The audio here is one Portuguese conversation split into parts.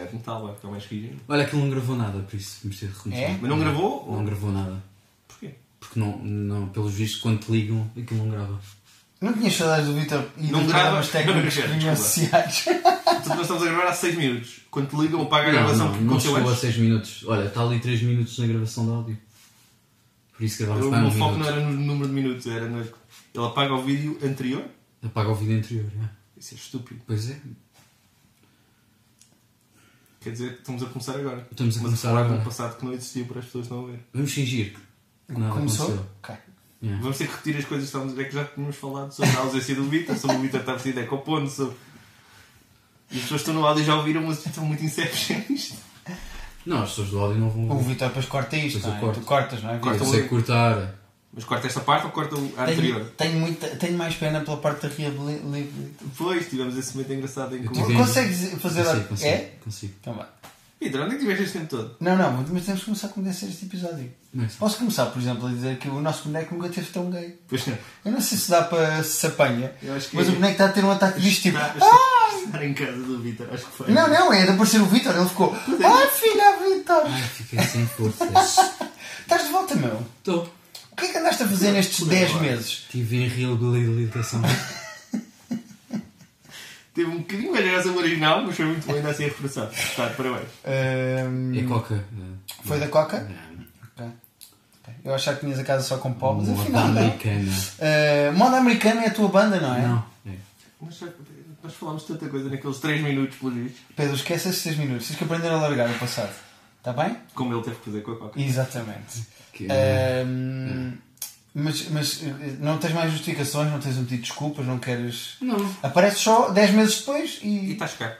é de metal, vai ficar mais rígido. Olha, aquilo não gravou nada, por isso vamos ter de reconhecer. É? Mas não gravou? Não gravou nada. Porquê? Porque não, não, pelos vistos, quando te ligam, aquilo não grava. Não tinhas saudades do Vitor e Não dos grava- programas técnicos Desculpa. sociais. Portanto, Então nós estamos a gravar há 6 minutos. Quando te ligam, apaga a Não, gravação não, porque não aconteceu chegou a antes. 6 minutos. Olha, está ali 3 minutos na gravação de áudio. Por isso gravámos O para um meu foco não minuto. era no número de minutos, era no... Ele apaga o vídeo anterior. Apaga o vídeo anterior, é. Isso é estúpido. Pois é. Quer dizer, estamos a começar agora. Estamos a Mas começar falar de um agora. passado que não existia para as pessoas não ver. Vamos fingir que nada Começou? aconteceu. É. Ok. Yeah. Vamos ter que repetir as coisas que, estávamos, é que já tínhamos falado sobre a ausência do Vitor, sobre o Vitor estar vestido de ecoponto, sobre... E as pessoas estão no áudio e já ouviram, mas estão muito inceptions. Não, as pessoas do áudio não vão O ouvir. Vitor depois corta isto, Depois eu não é? corto. Tu cortas, não é? Corta Eu Vitor? sei cortar. Mas corta esta parte ou corta o- a Tenho, anterior? tenho, muita, tenho mais pena pela parte da reabilitação. Pois, tivemos esse momento engraçado em Eu que... tive- Consegues fazer... Consigo, a- consigo, É? consigo. Então vá. Vitor, onde é que tiveste este tempo todo? Não, não, mas temos que começar a condenser este episódio. Não é só. Posso começar, por exemplo, a dizer que o nosso boneco nunca teve tão gay. Pois não. Eu não sei se dá para se apanha, Eu acho que- mas o boneco está a ter um ataque disto tipo. Estar, "Ah!" estar em casa do Vitor, acho que foi. Não, não, é de aparecer o Vitor, ele ficou. Ai filha, Vitor! Ai, fiquei sem forças. Estás de volta, meu? Estou. O que é que andaste a fazer nestes 10 agora. meses? Tive em reabilitação. Teve um bocadinho mais graça o original, mas foi muito bom ainda assim a reforçar. Está, parabéns. Ahm, É coca. Foi da Coca? Não. Ok. Ok. Eu achava que tinhas a casa só com pó, mas Moda afinal é não. americana. Ah, moda americana é a tua banda, não é? Não. É. Mas já- nós falámos tanta coisa naqueles 3 minutos, pelo visto, Pedro, esquece esses 6 minutos. Tens que aprender a largar o passado. Está bem? como ele teve que fazer com a Coca. Exatamente. Que- É. é- Ahm, mas, mas eh, não tens mais justificações, não tens um pedido de desculpas, não queres. Não. Aparece só 10 meses depois E tá. e. estás cá.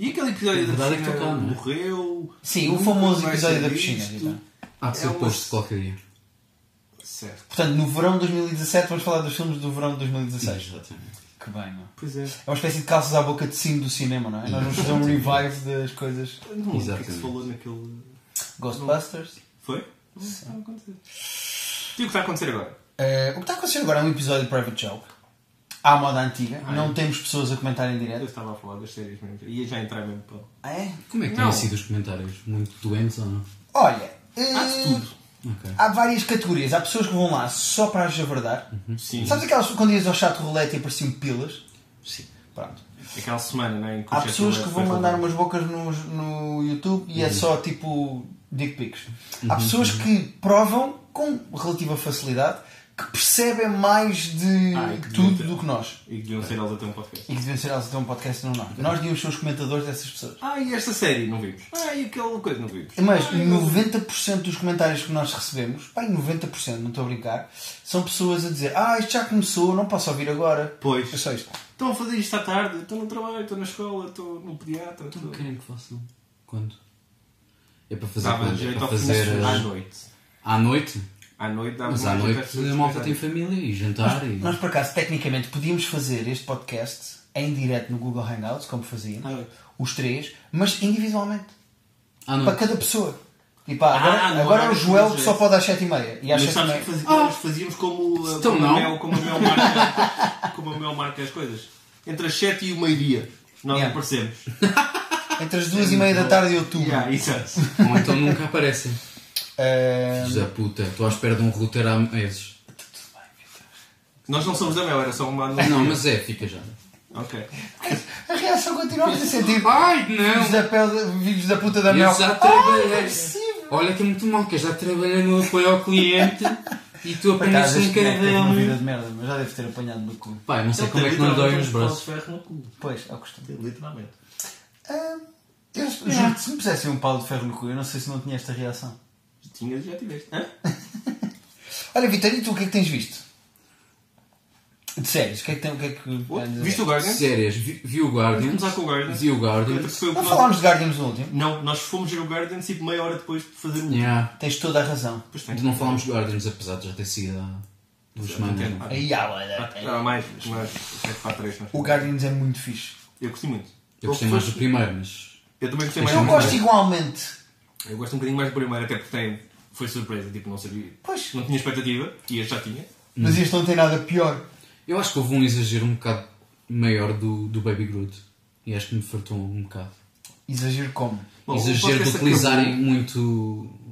E aquele episódio A da verdade é que piscina estou cá, não é? morreu. Sim, o nunca famoso vai episódio ser da piscina. então. visto. Vitor. Há de ser um É uma- posto qualquer dia. Certo. Portanto, no verão de 2017, vamos falar dos filmes do verão de 2016. Exatamente. Que bem, não é? Pois é. É uma espécie de calças à boca de sino do cinema, não é? Nós vamos fazer um revive das coisas. Eu Não lembro o que é que se Exatamente. falou naquele. Ghostbusters. Foi? Não está a acontecer. E o que está a acontecer agora? Eh, o que está a acontecer agora é um episódio de Private Joke. À moda antiga. Ah, é? não temos pessoas a comentar em Eu direto. estava a falar das séries mesmo. Ia já entrar mesmo para. Ah, é? Como é que Não. têm sido os comentários? Muito doentes ou não? Olha. Há de eh, tudo. Ok. Há várias categorias. Há pessoas que vão lá só para as javardar. Uhum. Sim. Sabes aquelas que quando ias ao chat roulette e apareciam pilas? Sim. Pronto. Aquela semana, não é? Em que o Há chefe pessoas vai- que vai vão mandar falar. umas bocas no, no YouTube e é só tipo dick pics. Há Uhum, pessoas que provam com relativa facilidade que percebem mais de Ah, e que tudo deviam ter- do que nós. E que deviam ser eles até um podcast. E que deviam ser elas a ter um podcast não nós. Nós devíamos ser os comentadores dessas pessoas. Ah, e esta série não vimos. Ah, e aquela coisa não vimos. É, Mas Ah, e- 90% dos comentários que nós recebemos, pai, 90%, não estou a brincar, são pessoas a dizer: Ah, isto já começou, não posso ouvir agora. Pois. É só isto. Estão a fazer isto à tarde. Estou no trabalho, estou na escola, estou no pediatra. Então Estou... querem que façam quando? É para fazer Dava quando? É jeito para ao fazer... fazer à às- noite. à noite? À noite dava Mas à mais jeito às noite é pessoas a malta tem despertarem. família e jantar e. Nós, por acaso, tecnicamente podíamos fazer este podcast em direto no Google Hangouts, como À fazíamos, noite. os três, mas individualmente, À para noite. cada pessoa. E pá, agora, Ah, no agora é o horário Joel que que só fazes. pode às 7h30. E às Mas sabes o que 7h30. fazíamos? Nós fazíamos como, uh, Então como, a não. Mel, como, a Mel marca, como a Mel marca as coisas. Entre as 7 e o meio-dia. Nós Yeah. aparecemos. Entre as 2h30 da tarde e outubro. Yeah, exato. Ou então nunca aparecem. Ah, Filhos da puta, estou à espera de um router há meses. Nós não somos da Mel, era só uma. Não, mas é, fica já. Ok. a reação continua a fazer sentido. Ai, não! Vivos da, pele, vivos da puta da Mel. Eu já Ah, Não é trabalhei. possível. Olha que é muito mal, que eu já trabalhei no apoio ao cliente e tu Por apenas acaso, é um este boneco teve uma vida caderno. de merda, mas já deve ter apanhado no cu. Pai, não sei Ele como é tem que não dói literalmente nos um braços. pau de ferro no cu. Pois, é o costume. Tem Literalmente. Ah, eu juro que se me pusessem um pau de ferro no cu, eu não sei se não tinha esta reação. Tinhas e já tiveste. Hã? Olha, Vitor, e tu o que é que tens visto? De séries, o que é que tem, o que é que. Viste o Guardian? Sérias, vi, vi o Guardian. Vamos começar com o Guardian. Vi o Guardian. Até porque foi um o Não que falámos de Guardians no último. Não, nós fomos ver o Guardian tipo meia hora depois de fazer o último. Yeah. Tens toda a razão. Pois tem. Ainda não falámos de Guardians, apesar de já ter sido há duas semanas. não é? Aí há, olha, Já há mais, mas 7 para 3. O Guardians é muito fixe. Eu gostei muito. Eu gostei mais do primeiro, mas. Eu também gostei Eu mais Eu do gosto primeiro. igualmente. Eu gosto um bocadinho mais do primeiro, até porque tem... foi surpresa, tipo, não sabia. Pois. Não tinha expectativa, e este já tinha. Mas este não tem nada pior. Eu acho que houve um exagero um bocado maior do, do Baby Groot. E acho que me fartou um bocado. Exagero como? Bom, o Exagero de podcast utilizarem acabou muito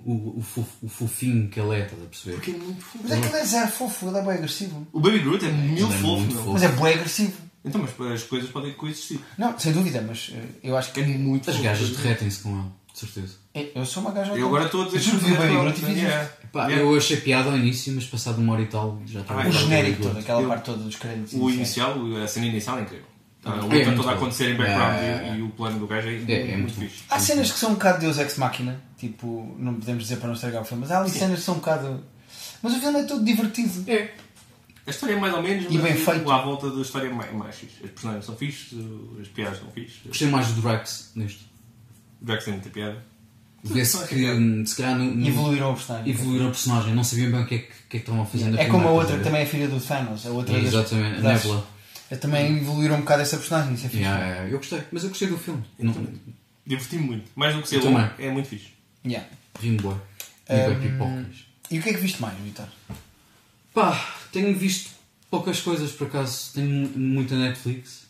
o, o, fofo- o fofinho que ele é, estás a perceber? Porque é muito fofo. Mas aquilo é zero fofo, ele é bem agressivo. O Baby Groot é mil Ele é fofo, Então, muito meu. fofo. Mas é bem agressivo. Então, mas as coisas podem coexistir. Não, sem dúvida, mas eh, eu acho que. é, É muito As fofo. gajas derretem-se com ele, de certeza. Eu sou uma gaja. Eu agora estou a dizer Eu juro que vi o Baby Groot e é. fiz isto. Yeah. Pá, Yeah. Eu achei piada ao início, mas passado uma hora e tal já estava. Ah, O Eu- é genérico todo, aquela Eu- parte toda dos créditos. O iniciais. inicial, a cena inicial é incrível. Tá, A É, luta é toda muito a acontecer em bom. background É, é, e- é. e o plano do gajo é, é muito, Ah, muito fixe. Há cenas que são um bocado Deus Ex Machina, tipo, não podemos dizer para não estragar o filme, mas há ali cenas que são um bocado. Mas o filme é todo divertido. É. A história é mais ou menos, E bem feito. à volta da história é mais, mais fixe. As personagens são fixes, o- as piadas são fixes, Gostei mais do Drax neste. o Jackson tem muita piada. Vê-se que é. hum, se calhar no, no- Evoluíram o personagem. evoluíram o personagem, não sabiam bem o que é que, o que é que estavam a fazer na É como a primeira, outra que estás também é filha do Thanos, a outra ver? É, das- Exatamente, a das- Nebula. Também evoluíram um bocado essa personagem, isso é fixe. Yeah, yeah, eu gostei, mas eu gostei do filme. Não, Diverti-me muito. Mais do que ser Eu longo, também. é muito fixe. Yeah. Rimo boa. E Hum. bem pipocas. E o que é que viste mais, Vitor? Pá, tenho visto poucas coisas por acaso. Tenho mu- muita Netflix.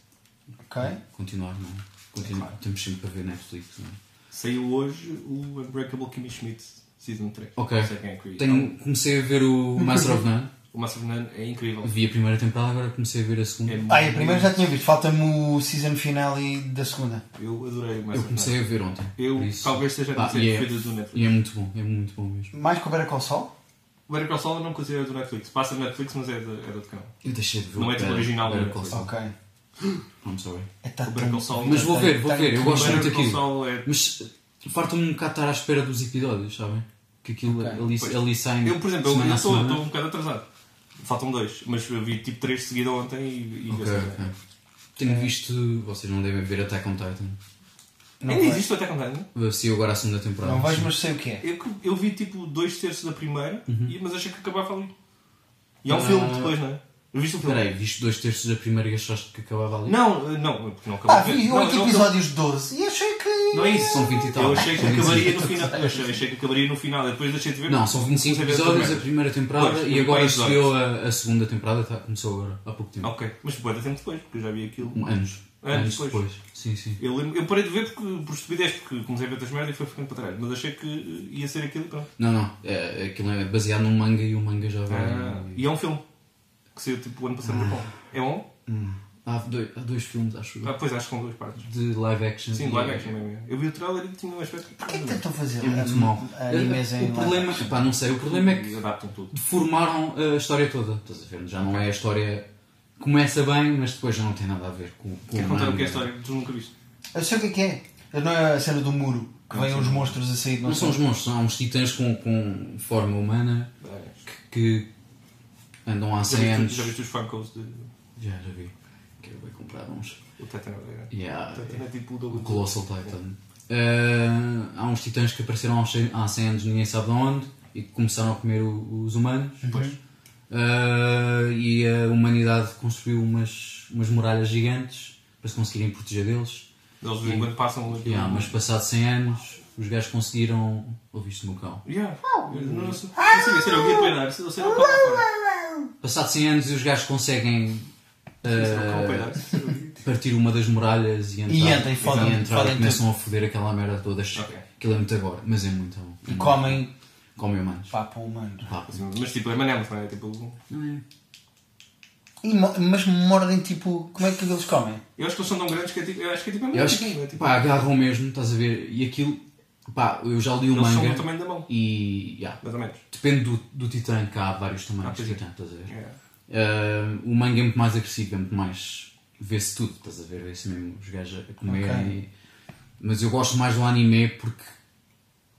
Ok. Continuar, não é? Continuar. Temos sempre para ver Netflix, não é? Saiu hoje o Unbreakable Kimmy Schmidt, Season 3. Ok. Não sei quem é que Tenho, um- Então. comecei a ver o Master of None. O Massa Fernando é incrível. Vi a primeira temporada, agora comecei a ver Ah, a segunda. É Ah, e a primeira já tinha visto, falta-me o season finale da segunda. Eu adorei o Massa Eu comecei a ver ontem. Eu por isso- talvez seja Pá, a minha e é- série preferida do Netflix. E é muito bom, é muito bom mesmo. Mais que o Better Call Saul? O Better Call Saul eu não considero do Netflix. Passa no Netflix, mas é, de, é do canal. Eu deixei de ver Não é tipo original, Better é. Call Saul. Ok. I'm sorry. É tá O Better Call Saul. tão- Mas vou tá- ver, vou tá- ver, eu gosto O muito Better Call daquilo. Saul é... Mas farta-me um bocado estar à espera dos episódios, sabem? Que aquilo Ok. ali, Pois. ali sai. Eu, por exemplo, eu- semana eu a estou semana. estou um bocado atrasado. Faltam dois, mas eu vi tipo três de seguida ontem e... e Ok, ok. Tenho visto. Vocês não devem ver Attack on Titan. Não Ainda vejo. existe até contando. Se eu agora a segunda temporada. Não vejo, sim. mas sei o que é. Eu, eu vi tipo dois terços da primeira, e- mas achei que acabava ali. E é um Uhum. Ah. filme depois, não é? Eu viste o filme? Espera aí, viste dois terços da primeira e achaste que acabava ali? Não, eh, não, porque não acabou. Pá, Ah, vi Não, é um 8 filme- episódios de 12 e achei que. Não é isso. São 20 e tal. Eu achei que São 25. acabaria no final. Eu achei, achei que acabaria no final. e Depois deixei de ver. Não, são 25 Comecei é a ver episódios a primeira. primeira temporada Pois, um e agora dois estreou a, a segunda temporada, tá, começou agora, há pouco tempo. Ok, mas pode tempo depois, porque eu já vi aquilo. Um- Anos. Anos Anos depois. Sim, sim. Eu, lembro- eu parei de ver porque, por estupidez, porque comecei a ver outras merdas e foi ficando para trás. Mas achei que eh, ia ser aquilo e pronto. Não, não, é, aquilo é baseado num manga e o manga já vai. Ah, e é um filme que saiu tipo o ano passado no Ah. Japão. É bom? Há, dois, há dois filmes, acho Ah, eu, pois acho que são duas partes. de live action. Sim, E- live action é mesmo. Eu vi o trailer e tinha um aspecto. Porquê que tentam fazer É muito hum, mau. animes em O problema, live pá, não sei, o problema é que adaptam um tudo. deformaram a história toda. Estás a ver? Já não é a história. Começa bem, mas depois já não tem nada a ver com, com Quer contar o que é manga. a história que tu nunca viste? action? Eu sei o que é que é. Eu- Não é a cena do muro que vêm uns monstros a sair de Não são os monstros, são uns titãs com, com forma humana É. que andam há Já 100 viste, anos. já viste os Funkos de. Já, já vi. Quero bem comprar uns. O Tetanadeira? Yeah, é tipo o o do. Colossal Titan. Ah, há uns titãs que apareceram há uns cem- há 100 anos, ninguém sabe de onde, e que começaram a comer o- os humanos. Uhum. Pois. Ah, e a humanidade construiu umas, umas muralhas gigantes para se conseguirem proteger deles. Eles de vez em quando passam. ali. Yeah, mas passados 100 anos, os gajos conseguiram. Ouviste o meu cão? Yeah. Eu Não, não sei- não sabia se era o guia peinar, se você não é? para fora. Passados 100 anos, os gajos conseguem. Se não ah, para peinar, se era o guia. partir uma das muralhas e entrar E entram e fodem- entrar fodem e começam a foder aquela merda toda. Ok. Aquilo é muito agora, mas é muito bom. E comem Comem humanos. papo humano. Pá, Assim, Mas tipo, é manemos, não é? Tipo, E mo- mas mordem tipo. Como é que eles comem? eu acho que eles são tão grandes que é tipo. Eu acho que é tipo. É eu manemos, acho não é? que Tipo, pá, agarram mesmo, estás a ver? E aquilo, pá, eu já li o Eles são manga do tamanho da mão. e yeah, Mais ou menos. depende do, do titã, que há vários tamanhos Ah, de pois é. titã, estás a ver? Yeah. Ah, o manga é muito mais agressivo, é muito mais. vê-se tudo, estás a ver? Vê-se mesmo os gajos a comer. Ok. e- Mas eu gosto mais do anime porque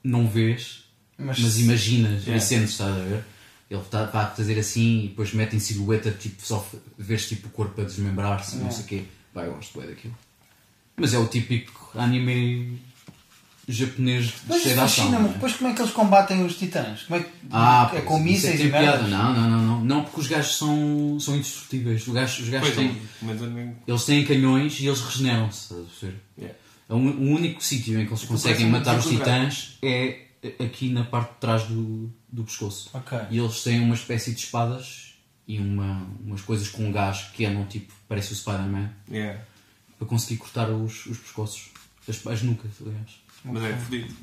não vês, Mas- mas, imaginas Yeah. e sentes, estás a ver? Ele está tá a fazer assim e depois mete em silhueta, tipo, só f- vês tipo, o corpo a desmembrar-se, não sei o quê. Pá, eu gosto bem daquilo. Mas é o típico anime japonês Mas cheio de ação. fascina-me. não é? Depois como é que eles combatem os titãs? Como é que. Ah, é pois, com isso é mísseis que e tem piada. merdas? Não, não, não, não. Não, porque os gajos são, são indestrutíveis. Os gajos, os gajos Pois é, têm, mas eu nem. eles têm canhões e eles regeneram-se, estás a perceber? Yeah. É O un- o único sítio em É que eles parece conseguem matar muito os titãs é aqui na parte de trás do, do pescoço. Ok. é? E eles têm uma espécie de espadas e uma, umas coisas com um gás que andam tipo, parece o Spider-Man, Yeah. para conseguir cortar os, os pescoços. Das pais nunca, aliás. Mas é fodido.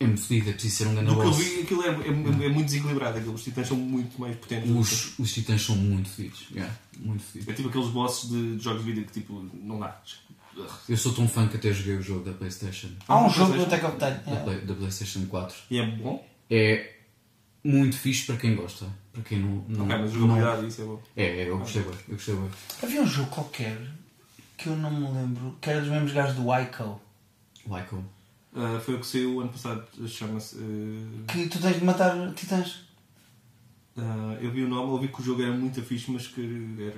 É muito fodido, é preciso ser um grande Do que eu boss. vi, aquilo é, é- é muito desequilibrado. Aqueles titãs são muito mais potentes. do que- Os, os titãs são muito fodidos. Yeah, muito fodidos. É tipo aqueles bosses de jogos de vida que tipo, não dá. Eu sou tão fã que até joguei o jogo da Playstation. Há um Não, jogo do PlayStation. Attack on Da, Titan. Yeah. Play- da Playstation 4. E é bom. É muito fixe para quem gosta. Para quem não... não, Ok, mas não jogabilidade, isso é bom. é, é, eu gostei bem. Eu gostei bem. Havia um jogo qualquer que eu não me lembro, que era dos mesmos gajos do Ico. Like o- Ah, foi o que saiu ano passado, chama-se. ah, Que tu tens de matar titãs. ah, eu vi o nome, ouvi que o jogo era muito fixe, mas que era.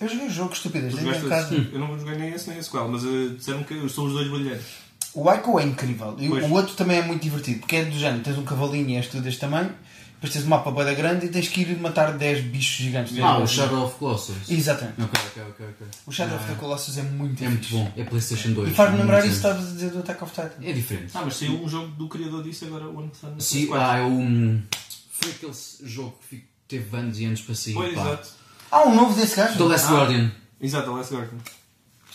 Eu joguei o jogo, estupidez. Tu dei-me jogaste em casa. esse- eu não joguei nem esse nem esse qual, mas ah, disseram que são os dois brilhantes. O Ico é incrível. E Pois. o outro também é muito divertido, porque é do género. Tens um cavalinho e és tu deste tamanho, depois tens um mapa bada grande e tens que ir matar 10 bichos gigantes. Ah, o Shadow of Colossus. Exatamente. Ok, ok, ok. ok. O Shadow of the Colossus é muito É muito fixe. bom. É Playstation 2. E faz-me Não lembrar sei. isso que estavas a dizer do Attack of Titan. É diferente. Ah, mas saiu um jogo do criador disso agora o ano passado. na Sim, PS4. ah, é um. Foi aquele jogo que fico- teve anos e anos para sair. Pois, pá. exato. Ah, Há um novo desse gajo? The Last Guardian. Exato, Last Guardian.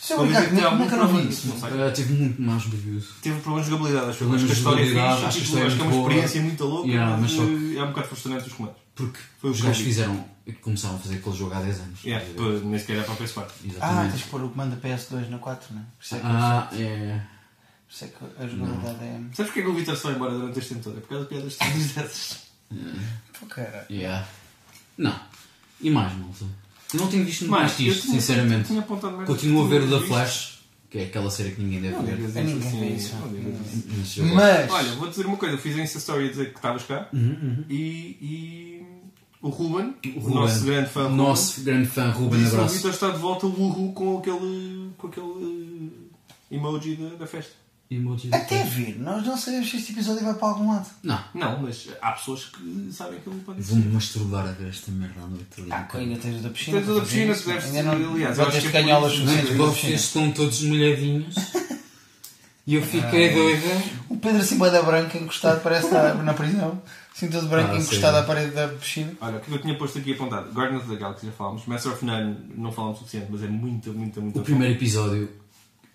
Isso é um gajo, nunca, nunca não vi isso. Não sei. Ah, teve muito mais reviews. Teve problemas de jogabilidade, acho eu. Problemas Acho que a de história é fixe, jogabilidade, o acho título, que a história é acho que é uma muito boa. experiência muito louca, Yeah, mas, mas só eh, é um bocado frustrante os comandos. Porque Foi o os que gajos eu vi. fizeram. Começaram a fazer aquele jogo há 10 anos. Yeah, Estás a ver? pô, nem sequer é para a PS4. Ah, tens Exatamente. de pôr o comando da PS2 na 4, não é? Por isso é que, Ah, é. por isso é que a jogabilidade é. Sabes porquê que o Vitor se foi embora durante este tempo todo? É por causa de piadas todas dessas. Pô, cara. Yeah. Não. E mais, malta? Eu não tenho visto muito Mas mais que isto, eu tinha- sinceramente. tinha apontado merda Continuo a que ver tu o da viste. Flash, que é aquela série que ninguém deve Não ver. digas É isto ninguém vê assim, isso. não digas isso. Mas eu gosto. Mas. Olha, vou dizer uma coisa, eu fiz a Insta Story a dizer que estavas cá Uhum, e, e o Ruben, o, Ruben, nosso grande fã Ruben, é Nosso grande fã, Ruben, disse que o abraço. Vitor está de volta uhu com aquele, com aquele eh, emoji da, da festa. Emoji do Até ver, nós não sabemos se este episódio vai para algum lado. Não. Não, mas há pessoas que sabem que ele pode Vou me masturbar a ver esta merda à noite. ali. tá Ah, ainda tens o da piscina. Tens o da piscina, se deves- Ainda não. aliás, eu Aliás, acho tens que é por canholas isso. Mas suficientes na vocês piscina. estão todos molhadinhos. E eu fiquei doida. O Pedro Cibada branco encostado parece estar na prisão. Sim, todo branco Ah, encostado sim. à parede da piscina. Olha, o que eu tinha posto aqui apontado? Guardians of the Galaxy já falámos, Master of None não falámos o suficiente, mas é muita, muita, muita. O primeiro episódio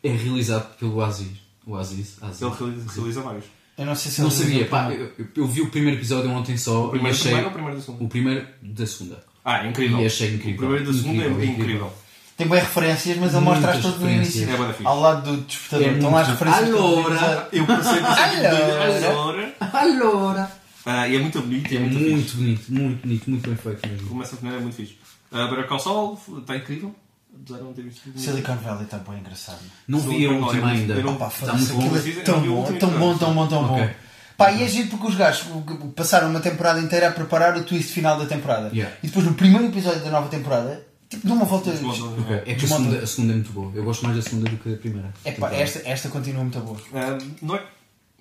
é realizado pelo Aziz. O Aziz. Aziz. Ele realiza, realiza vários. Eu não sei se Não eles- sabia, pá, eu, eu vi o primeiro episódio ontem só O e primeiro da achei. primeira ou o primeiro da segunda? O primeiro da segunda. Ah, é incrível. E achei incrível. O primeiro da segunda é Incrível, incrível. Tem boas referências, mas ele mostra-as Muitas todo no início. referências. É bué da fixe. Ao lado do despertador. É Estão lá as muito- referências. todas Allora. organizadas. Eu passei por Allora. agora. Allora! Ah, e é muito bonito, e é É muito, fixe. muito bonito, muito bonito, muito bem feito O mesmo. Master of None é muito fixe. Ah, Better Call Saul está incrível. Apesar de não ter visto. Silicon Valley está bem engraçado. Não Sou vi a bem última ótimo. ainda. Eu não- Pá, Está foda-se, Tá muito bom. aquilo é tão Eu vi o bom, último tão bom, episódio. tão bom, tão bom. Ok. Pá, e é giro porque os gajos o- o- passaram uma temporada inteira a preparar o twist final da temporada. Yeah. E depois no primeiro episódio da nova temporada, tipo, dá uma volta. Desmontam. Ok, É que a Desmonta. segunda, a segunda é muito boa. Eu gosto mais da segunda do que da primeira. É pá, esta, esta continua muito boa. Ah, não, é-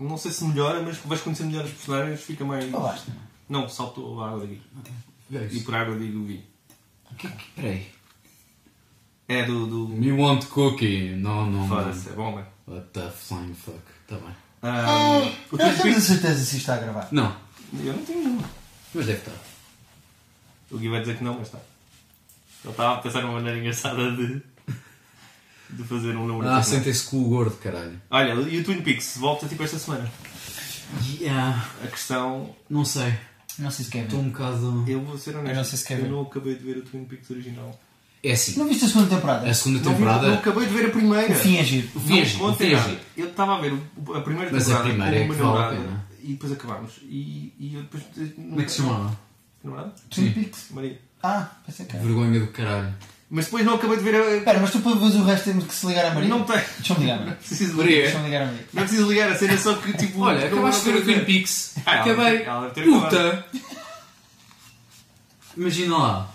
não sei se melhora, mas vais conhecer melhor os personagens, fica mais. Pá, basta. Não, saltou a água daqui. É E isso. por água digo vi. Que- que- Peraí. É do. do... Me want cookie? Não, não, não. Foda-se, é bom, mano. What the flying fuck? Tá bem. Ah, o Twin é Nós temos a Peaks. certeza se isto está a gravar. Não, Eu não tenho nenhuma. mas deve estar. O Gui vai dizer que não, mas está. Ele estava a pensar numa maneira engraçada de. de fazer um número. Ah, de- sentem-se com o gordo, caralho. Olha, e o Twin Peaks volta tipo esta semana. Yeah, A questão. não sei. Não sei se quer Estou ver. um bocado. Eu vou ser honesto. Eu não sei se quer eu ver. não acabei de ver o Twin Peaks original. É assim. Não viste É a segunda temporada? A segunda Não vi- Não, temporada. acabei de ver a primeira. O fim é giro. O Não fim é giro, o conta fim é nada. giro. Eu estava a ver o- a primeira Mas a temporada primeira é com uma que vale a namorada pena. e depois acabámos. E, e eu depois. Como é que se chamava? Namorada? Twin Peaks. Maria. Ah, pensei que era. Vergonha do caralho. Mas depois não acabei de ver a. Espera, mas tu para ver o resto temos que se ligar à Maria. Não tem. Deixa-me ligar à Maria. Preciso Maria. ligar. Deixa-me ligar à Maria. Não é preciso ligar, a cena é só que tipo. Olha, não- acabaste de ver não o Twin acabei Peaks. Ah, ela Acabei. deve- ela deve ter Puta! Imagina lá.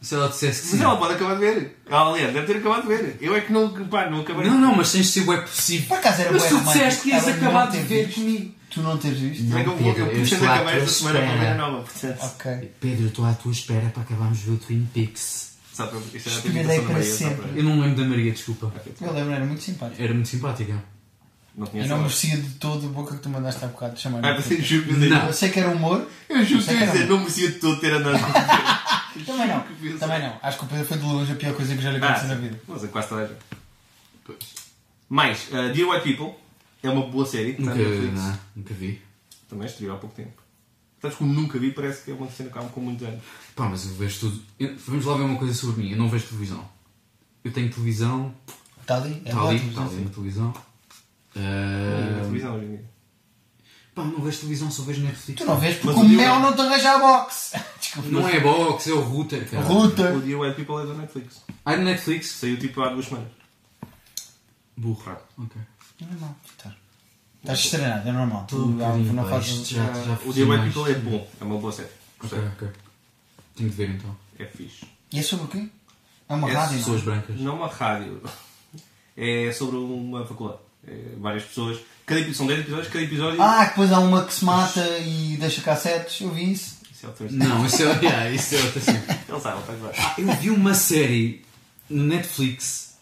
Se ela dissesse que Mas sim. ela pode acabar de ver. Ela, aliás, deve ter acabado de ver. Eu é que não, pá, não acabei Não, não, mas tens de ser web possível. Por acaso era mas bué tu romântico, disseste que ias ela não acabar de ter ver visto. comigo. Tu não teres visto? Como é que eu vou? Eu Pedro, eu pretendo estou à acabar tua esta semana com a espera. primeira nova, portanto. Ok. Pedro, eu estou à tua espera para acabarmos de ver o Twin Peaks. Só para. Isto era a Espelhei apresentação da para Maria, só sempre. para- Eu não me lembro da Maria, desculpa. Eu lembro, era muito simpático. Era muito simpática. Tá Não Eu conheço não ela. merecia de todo a boca que tu mandaste há bocado de chamar. Ah, mas eu juro que eu Não. não. Eu sei que era humor. Eu juro que sei eu ia que dizer, não. não merecia de todo ter andado com o Também que eu sei. não. Ah, Ah, Também não. Acho que o Pedro foi de longe a pior coisa que já lhe aconteceu na vida. Mas é quase toda a gente. Pois. Mais, uh, Dear White People é uma boa série. que está Nunca, na Netflix. é? não, é? nunca vi. Também estreou há pouco tempo. Sabes que nunca vi, parece que é uma cena que há com muitos anos. Pá, mas eu vejo tudo. eu- vamos lá ver uma coisa sobre mim. Eu não vejo televisão. Eu tenho televisão. Está ali? É Está ali, está ótimo. ali na televisão. Um, Não vejo Ah, televisão hoje em dia. pá, não vejo televisão, só vejo Netflix. Tu não vês Mas porque o o Diogo- mel não te arranja a box. Desculpa. Não é box, é o router, cara. O Ruta. Dear White People é da Netflix. Ai, Netflix. Saiu tipo há duas semanas. Burro. Ok. É normal, Vitor. Estás estranhado, é normal. Tu Tô um bocadinho, não pá, fazes. isto já- já o fiz Dear White mais. People é bom, é uma boa série. Ok, ok. Tenho de ver então. É fixe. E é sobre o quê? É uma É rádio, não é? Pessoas brancas. Não é uma rádio. É sobre uma faculdade. É várias pessoas. Cada episódio, são 10 episódios, cada episódio. Ah, que depois há uma que se mata e deixa cassetes. Eu vi isso. Isso é o terceiro. Não, isso é, yeah, isso é outra cena. Ele sabe, ele está a gozar. Ah, eu vi uma série no Netflix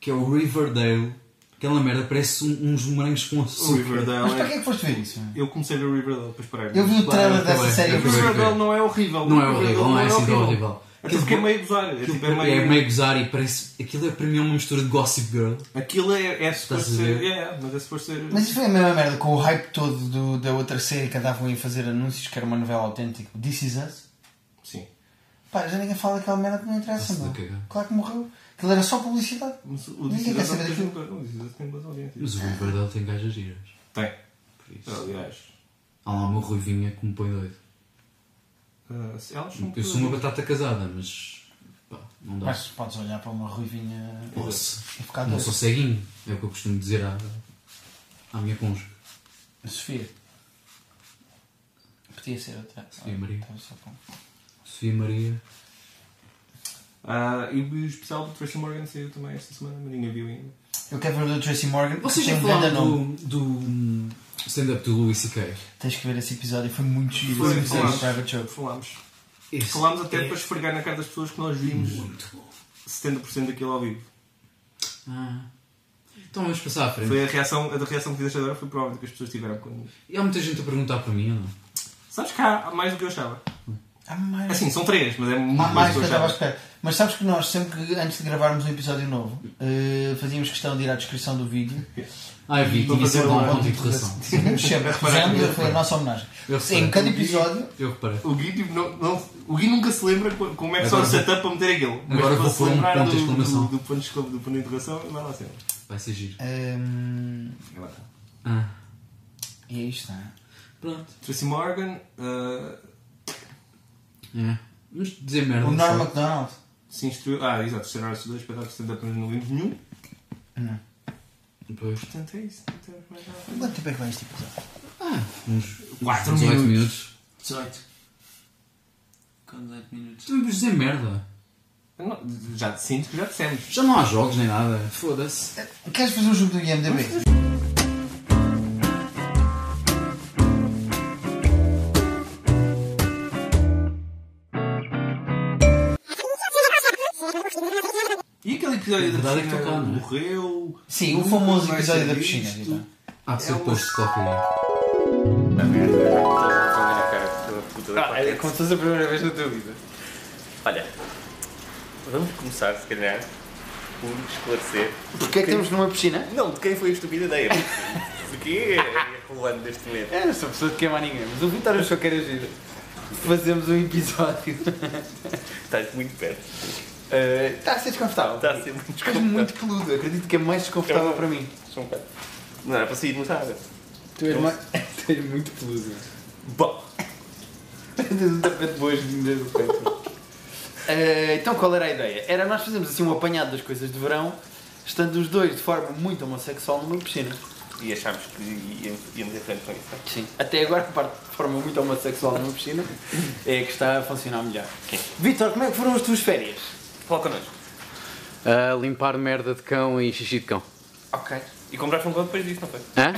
que é o Riverdale. Aquela merda parece um- uns morangos com O açúcar. Mas para Riverdale que é... é que foste ver isso? Eu comecei a ver o Riverdale, depois parei. Eu Tá, vi o trailer Claro, dessa também. série. Eu O vi. Riverdale não é horrível. Não é O Riverdale horrível, não é assim tão horrível. Até porque é meio gozar. É, tipo, é meio... É meio gozar e parece. Aquilo é para mim é uma mistura de Gossip Girl. Aquilo é, é suposto a ver? ser. É, é, mas é suposto ser. Mas isso foi a mesma merda com o hype todo do- da outra série que andavam a fazer anúncios que era uma novela autêntica. This Is Us. Sim. Pá, já ninguém fala daquela merda que não interessa, Nossa, meu. do cagão. Claro que morreu. Aquilo era só publicidade. Mas é o Ninguém Disney quer não saber tem- daquilo. o Disney tem boas audiências. Mas o Riverdale tem gajas giras. Tem. Por isso. Aliás. Há lá uma ruivinha que me põe doido. ah, se elas são Eu sou uma batata casada, mas. pá, não dá. Mas podes olhar para uma ruivinha Posso. e ficar Não doido. sou ceguinho. É o que eu costumo dizer à, à minha cônjuge. Sofia. Podia ser outra. Sofia Maria. Estava só com- Sofia Maria. Ah, e o especial do Tracy Morgan saiu também esta semana, mas ninguém viu ainda. Eu quero ver o do Tracy Morgan. porque Vocês tem já um grande nome. falaram do, do Então, hum, stand-up do Louis C.K.? Tens que ver esse episódio, foi muito giro. Foi, esse episódio falámos. do Private Joke. Falámos. Esse Falámos até é para esfregar na cara das pessoas que nós vimos Muito bom. 70% daquilo ao vivo. Ah. Então vamos passar à frente. Foi a reação, a reação que fizeste agora foi provavelmente que as pessoas tiveram quando. E há muita gente a perguntar para mim ou não? Sabes que há há mais do que eu achava. Há mais, Assim, são três, mas é muito há mais mais que do que eu eu estava à achava. espera. Mas sabes que nós, sempre que antes de gravarmos um episódio novo, eh, fazíamos questão de ir à descrição do vídeo. Ah, eu vi, Hum, Vou tinha fazer sempre um uma- ponto de interrogação. Fizemos sempre, fizemos, foi a nossa homenagem. Eu reparei. Em cada episódio, Eu reparei. O Gui, tipo, não, não- o Gui nunca se lembra co- como é que só o Agora vou- setup para meter aquilo. Mas agora para vou se pôr um lembrar ponto de do, exclamação. do, do ponto de exclamação, do ponto de interrogação, vai lá sempre. Vai ser giro. ehm, Vai lá. Ah. e é isto, não é? Pronto. Tracy Morgan, ah, É. Vamos dizer merda. O Norm normal MacDonald. se instruiu. Ah, exato, estrearam esses dois para dar stand-up, mas não vimos nenhum. Não. Depois. Portanto, é isso. não temos mais nada. Quanto tempo é que vai este episódio? Uns Quatro 18 minutos. minutos. 18. Com 18 minutos. Também vamos dizer merda. Não, já sinto que já dissemos. Já não há jogos nem nada. Foda-se. Eh, Queres fazer um jogo do IMDB? E aquele episódio A da verdade é que piscina estou cá, não é? morreu. Sim, o Nunca famoso mais episódio ser da piscina. visto. Vitor. Há de ser É um- posto de qualquer. Ah, é como se fosse a primeira vez na tua vida. Olha, vamos começar, se calhar, por esclarecer. Porquê é que estamos numa piscina? Não, de quem foi a estúpida ideia? Porque é rolando neste momento. Eu não É, sou pessoa de queimar ninguém, mas o Vitor achou que era giro. Fazemos um episódio. Estás muito perto. Eh, Está a ser desconfortável. Está a ser muito Ficas muito peludo, acredito que é mais desconfortável para mim. desconfortável. Não era para sair de uma água. Tu és, mais... tu és muito peludo. Bom, Tens um tapete de boas-vindas do peito. Eh, então qual era a ideia? Era nós fazermos assim um apanhado das coisas de verão, estando os dois de forma muito homossexual numa piscina. e achámos que íamos íamos em frente com isso. Sim. Até agora a parte de forma muito homossexual numa piscina é a que está a funcionar melhor. Sim. Vitor, como é que foram as tuas férias? Fala connosco. limpar merda de cão e xixi de cão. Ok. E compraste um copo depois disso, não foi? Hã?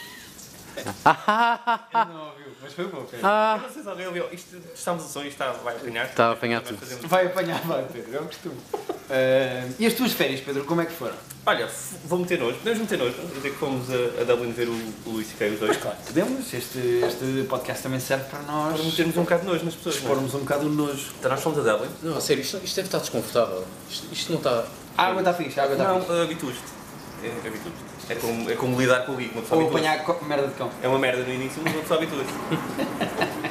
não ouviu, mas foi bom, Pedro. Eu Ah. não sei se alguém ouviu. Isto, estamos a som, isto está, vai um- apanhar. Está a apanhar tudo. Fazemos- Vai apanhar, vai, Pedro, é o costume. Ah, e as tuas férias, Pedro, como é que foram? Olha, f- vou meter nojo. Podemos meter nojo. Vou dizer que fomos a, a Dublin ver o, o Luís e Kay, os dois. Claro. Podemos? Este, este podcast também serve para nós Para metermos um bocado de nojo nas pessoas. não é? expormos um bocado o nojo. Então nós fomos a Dublin. Não, a sério, isto, isto deve estar desconfortável. Isto, isto não está. A água está fixe, a água está Não, fixe. habituaste. é habitude. É como, é como lidar com o bico, uma pessoa Ou habitua-se. apanhar co- merda de cão. É uma merda no início, mas uma pessoa habitua-se.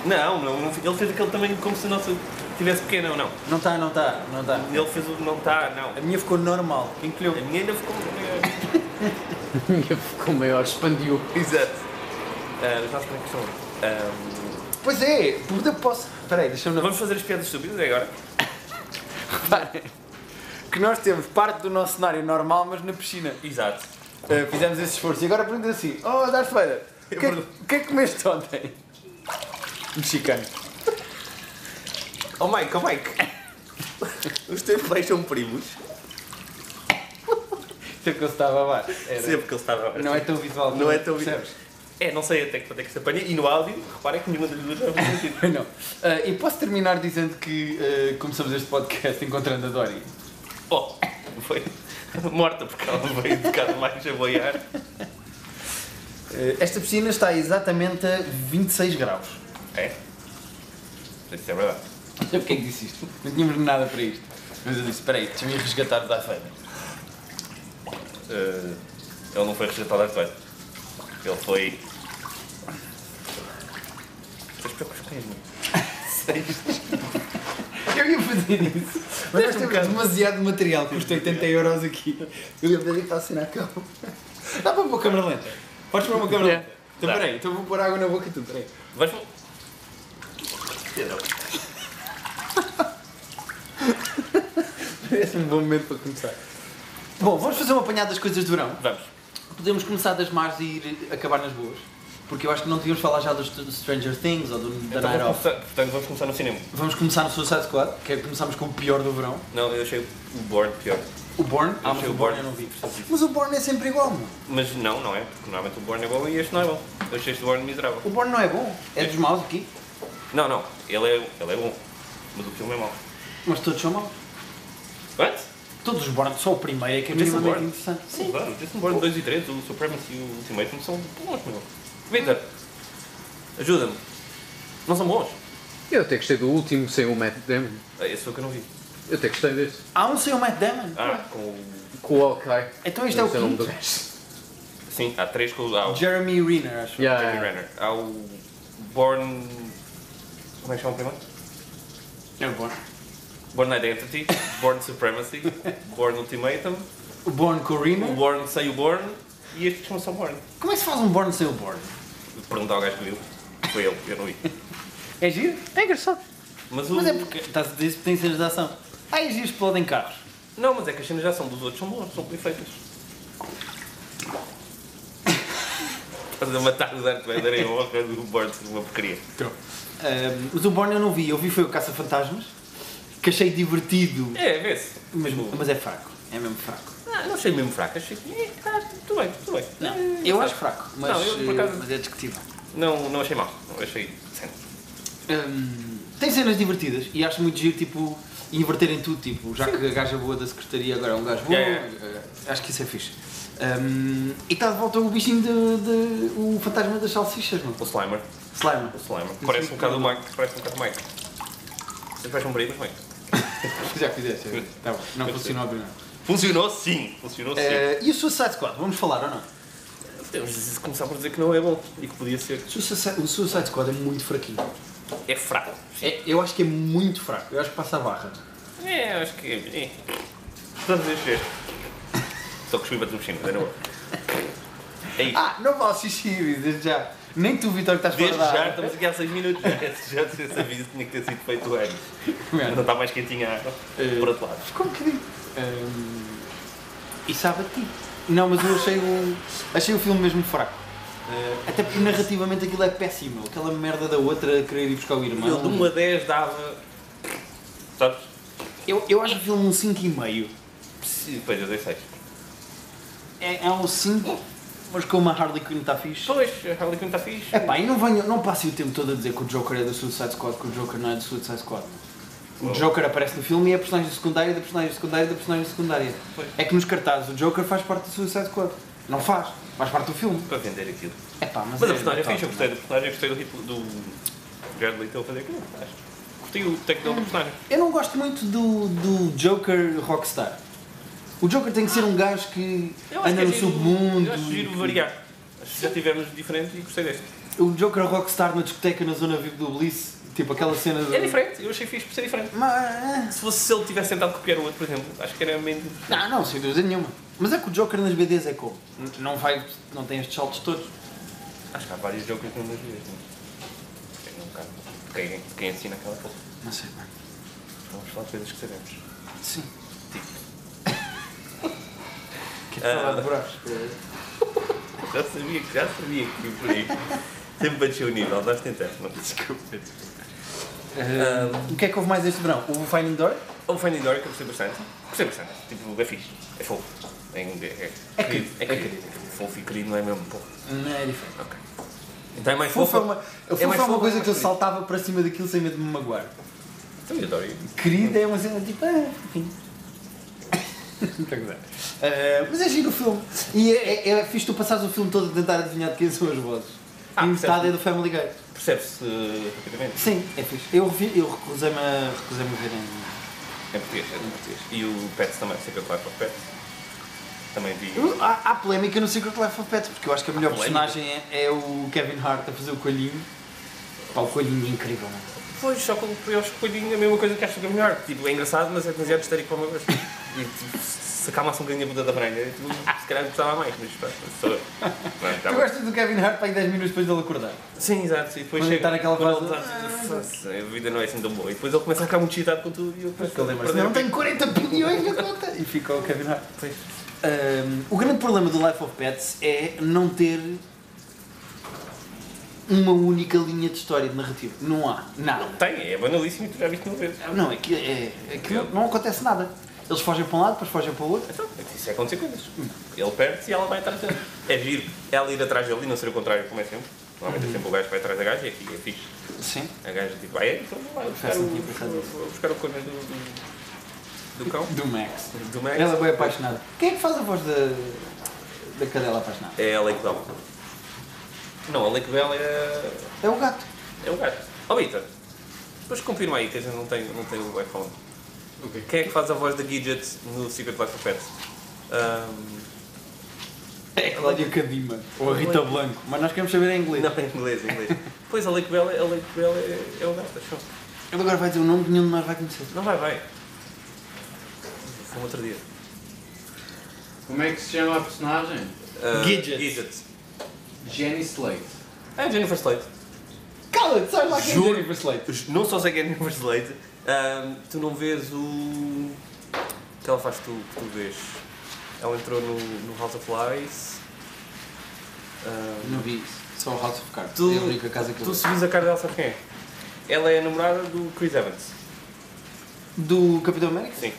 não, não, não, ele fez aquele tamanho como se o nosso tivesse pequeno, não. Não está, não está, não está. Ele fez o não está, não. A minha ficou normal. Encolheu. A minha ainda ficou. A minha ficou maior, expandiu. Exato. Ah, mas nós como é que somos? Ah, Pois é, eu posso. Espera aí, deixa-me vamos fazer as piadas estúpidas agora? Reparem que nós temos parte do nosso cenário normal, mas na piscina. Exato. Uh, fizemos esse esforço e agora pergunta assim: Oh, Darth Vader, o que, é- o que é que comeste ontem? Mexicano. Oh Mike, oh Mike! Os teus pais são primos? Isto é que eu estava a bar. Era. Sempre que ele estava Não é tão visual. Não é tão vi- percebes? É, não sei até que quanto é que se apanha. E no áudio, reparem que nenhuma das duas é muito sentido. Não. Uh, e posso terminar dizendo que uh, começamos este podcast encontrando a Dory. Oh, foi morta porque ela veio um bocado mais a boiar. Uh, esta piscina está exatamente a 26 graus. É? Isso é verdade. Não sei porque é que disse isto. Não tínhamos nada para isto. Mas eu disse: Espera aí, deixa-me ir resgatar o Darth Vader. Eh, ele não foi resgatado da coisa. Ele foi. Estás preocupado Eu ia fazer isso. Mas nós temos demasiado material, custa 80 euros aqui. Eu ia fazer que assinar cão. Dá para pôr uma câmera lenta. Podes pôr uma câmera lenta. Então Dá. peraí, então vou pôr água na boca e tudo, peraí. Vais para. Pedro. Parece um bom momento para começar. Bom, vamos fazer um apanhado das coisas de verão. Vamos. Podemos começar das más e ir acabar nas boas. Porque eu acho que não devíamos falar já dos do Stranger Things ou do, da Então Night vamos Off. começar, portanto, vamos começar no cinema. Vamos começar no Suicide Squad, que é que começámos com o pior do verão. Não, eu achei o Born pior. O Born. Ah, mas achei o o Born Bourne. eu não vi. Mas o Born é sempre igual, mano. Mas não, não é. Porque normalmente o Born é bom e este não é bom. Eu achei este Born miserável. O Born não é bom. É dos maus aqui. Não, não. Ele é, ele é bom. Mas o filme é mau. Mas todos são maus. What? Todos os Born, só o primeiro é que é Jason minimamente Bourne. interessante. Sim. Claro, o Jason Bourne 2 e 3, o Supremacy e o Ultimate não são bons, meu. Victor, ajuda-me. Não são bons. Eu até gostei do último sem o Matt Damon. Ah, Esse foi o que eu não vi. Eu até gostei deste. Há um sem o Matt Damon. Ah, com o. Com o Hawkeye. Então este é o Esse um nome do quinto. gajo. Sim, há três com o. Há o Jeremy Renner, acho. Yeah, Jeremy yeah. Renner. Há É o. Born. Como é que chama o primeiro? É o Born. Born Identity, Born Supremacy, Born Ultimatum, O Born com o o Renner. Born Sem o Born e estes não são Born. Como é que se faz um Born sem o Born? Perguntar ao gajo que viu. Foi ele, eu não vi. É giro? É engraçado. Mas o. Mas é porque estás a dizer que tem cenas de ação. Ah, é giro, explodem carros. Não, mas é que as cenas já são dos outros, são boas, são perfeitas. Estás a matar o Darth Vader em honra do Born de uma porcaria. Ahm, mas o Born eu não vi. Eu vi foi o Caça-Fantasmas, que achei divertido, É, vê-se. mas, Boa. mas é fraco. É mesmo fraco. Ah, Não, não achei mesmo fraco, achei que. eh, tá, tudo bem, tudo bem. Eh, Eu sabe? acho fraco, mas, Não, eu, por acaso- eh, mas é discutível. Não, não achei mal, não achei. decente. Hum, tem cenas divertidas e acho muito giro, tipo, inverterem tudo, tipo, já que a gaja boa da secretaria agora é um gajo bom, Yeah, eh, acho que isso é fixe. Hum, e está de volta o bichinho de, de- o fantasma das salsichas, não? O Slimer, Slimer. o Slimer. Parece um bocado o Mike, parece um bocado o Mike. Vocês vais cumprir, mas Mike. Já fizeste, é. tá bom, não funcionou bem não. Funcionou sim, funcionou sim. Eh, e o Suicide Squad, vamos falar ou não? Temos de começar por dizer que não é bom e que podia ser. Suicide- O Suicide Squad é muito fraquinho. É fraco. É- eu acho que é muito fraco, eu acho que passa a barra. É, eu acho que. É. Vamos ver. Só que os para os chinos, é não. É isso. Ah, não vale xixi, desde já. Nem tu, Vitor, que estás fora Desde da já, água. estamos aqui há 6 minutos. Esse já esse aviso tinha que ter sido feito antes. Merda. Não está mais quentinha a água. É. Por outro lado. Como que digo? e sabe a ti. Não, mas eu achei o, achei o filme mesmo fraco. Eh, até porque narrativamente aquilo é péssimo. Aquela merda da outra a querer ir buscar o irmão. Eu de 1 a 10 dava. Sabes? Eu, eu acho o filme um 5,5. Sim, Pois, eu dei 6. É, é um 5, mas com uma Harley Quinn está fixe. Pois, a Harley Quinn está fixe. Epá, e não, venho, não passem o tempo todo a dizer que o Joker é do Suicide Squad, que o Joker não é do Suicide Squad. O Joker aparece no filme e é personagem secundário da personagem secundária da personagem secundária. É que nos cartazes o Joker faz parte do Suicide Squad. Não faz, faz parte do filme. Para vender aquilo. Epá, mas, Mas é a personagem brutal, é fixe, eu não é? gostei do personagem, eu gostei do ritmo do. Jared Leto a fazer aquilo. Acho. Hum. Curti o técnico do personagem. Eu não gosto muito do, do Joker Rockstar. O Joker tem que ser um gajo que Eu acho anda que é no giro- submundo. Eu acho giro variar. Acho que já tivemos diferente e gostei deste. O Joker rockstar na discoteca na zona viva do Bliss, tipo aquela cena do... É diferente, eu achei fixe por ser diferente. Mas... eh, Se fosse se ele tivesse tentado copiar o outro, por exemplo, acho que era meio. Não, não, sem dúvida nenhuma. Mas é que o Joker nas BDs é como? Não vai, não tem estes saltos todos. Acho que há vários jokers no mesmo mesmo. É um bocado. de Quem, de quem assina aquela coisa. Não sei, é, mano. Vamos falar de coisas que sabemos. Sim. Quer Ah. falar de buracos? Já sabia, que- já sabia que ia por aí. Sempre baixei o nível, nós tentamos, não desculpa. Ah, O que é que houve mais este verão? O Finding Dory? O Finding Dory um que eu gostei bastante. Gostei bastante. Tipo, é fixe. É fofo. É, é, é querido. É querido. Fofo e querido não é mesmo pouco. Não, é diferente. Ok. Então é mais Fofo fofo. é uma, fofo é mais uma fofo, coisa mais que eu querido. saltava para cima daquilo sem medo de me magoar. Então eu adoro isso. Querido é uma cena tipo. Ah, enfim. Ah, mas é giro o filme. E é, é, é fixe tu passares o filme todo a tentar adivinhar de quem são as vozes. Ah, e percebes. metade é do Family Guy. Percebe-se eh, rapidamente. Sim, é fixe. Eu, revi- eu recusei-me a, recusei a ver em. É português, é em português. E o Pets também, sei que eu claro para o Pets. Também vi. Eu- Há, há polémica no Secret Life of Pets, porque eu acho que a melhor Polémica? personagem é, é o Kevin Hart a fazer o coelhinho. Pá, o coelhinho é incrível, mano. Pois, só que eu acho que foi a mesma coisa que acho que é melhor. Tipo, é engraçado, mas é demasiado histérico para o meu gosto. E tipo, se acalmasse um bocadinho a Buda da Branca, tipo, se calhar gostava mais, mas pá, sou eu. Não, tá Eu bom. gosto do Kevin Hart para aí 10 minutos depois dele acordar. Sim, exato. E depois Quando chega. está naquela quando fase- ele está, tipo, "Foda-se, A vida não é assim tão boa. E depois ele começa a ficar muito excitado com tudo e eu começo a Mas perder. não tenho 40 bilhões na conta! E fica o Kevin Hart. Pois. Um, o grande problema do Life of Pets é não ter uma única linha de história, de narrativa. Não há. Nada. Tem, é banalíssimo e tu já viste mil vezes. Não, é que, é, é que não, não acontece nada. Eles fogem para um lado, depois fogem para o outro. Então, é que isso é acontecer coisas. Ele perde-se e ela vai atrás dele. É giro. Ela ir atrás dele e não ser o contrário, como é sempre. Normalmente é sempre o gajo que vai atrás da gaja e aqui é fixe. Sim. A gaja tipo, vai, então vai buscar Faz o, sentido, faz sentido. vai buscar o coisa do, do, do cão. Do Max. Do Max. Ela é bem apaixonada. Quem é que faz a voz da, da cadela apaixonada? É a Lake Bell. Não, a Lake Bell é, É o gato. é o gajo. Ó Vitor, depois confirma aí que a gente não tem, não tem o iPhone. Quem é que faz a voz da Gidget no Secret Life of Pets? Ahm, É a Cláudia Cadima. Ou a Rita Blanco. Mas nós queremos saber em inglês. não, em inglês, em inglês. pois a Lake Bell, é- a Lake Bell é, é o gato, achou? Ele agora vai dizer um nome que nenhum de nós vai conhecer. Não vai, vai. Foi um outro dia. Como é que se chama a personagem? Ah, Gidget. Gidget. Jenny Slate. É Jennifer Slate. Cala-te, sai lá quem Juro. é Jennifer Slate. Não só sei que é Jennifer Slate, ahm, tu não vês o. que ela faz que tu, que tu vês. Ela entrou no, no House of Lies. Ahm, Não vi isso. Só o House of Cards. Tu- é a única casa que eu tu vi. se vis a cara dela, sabes quem é? Ela é a namorada do Chris Evans. Do Capitão América? Sim.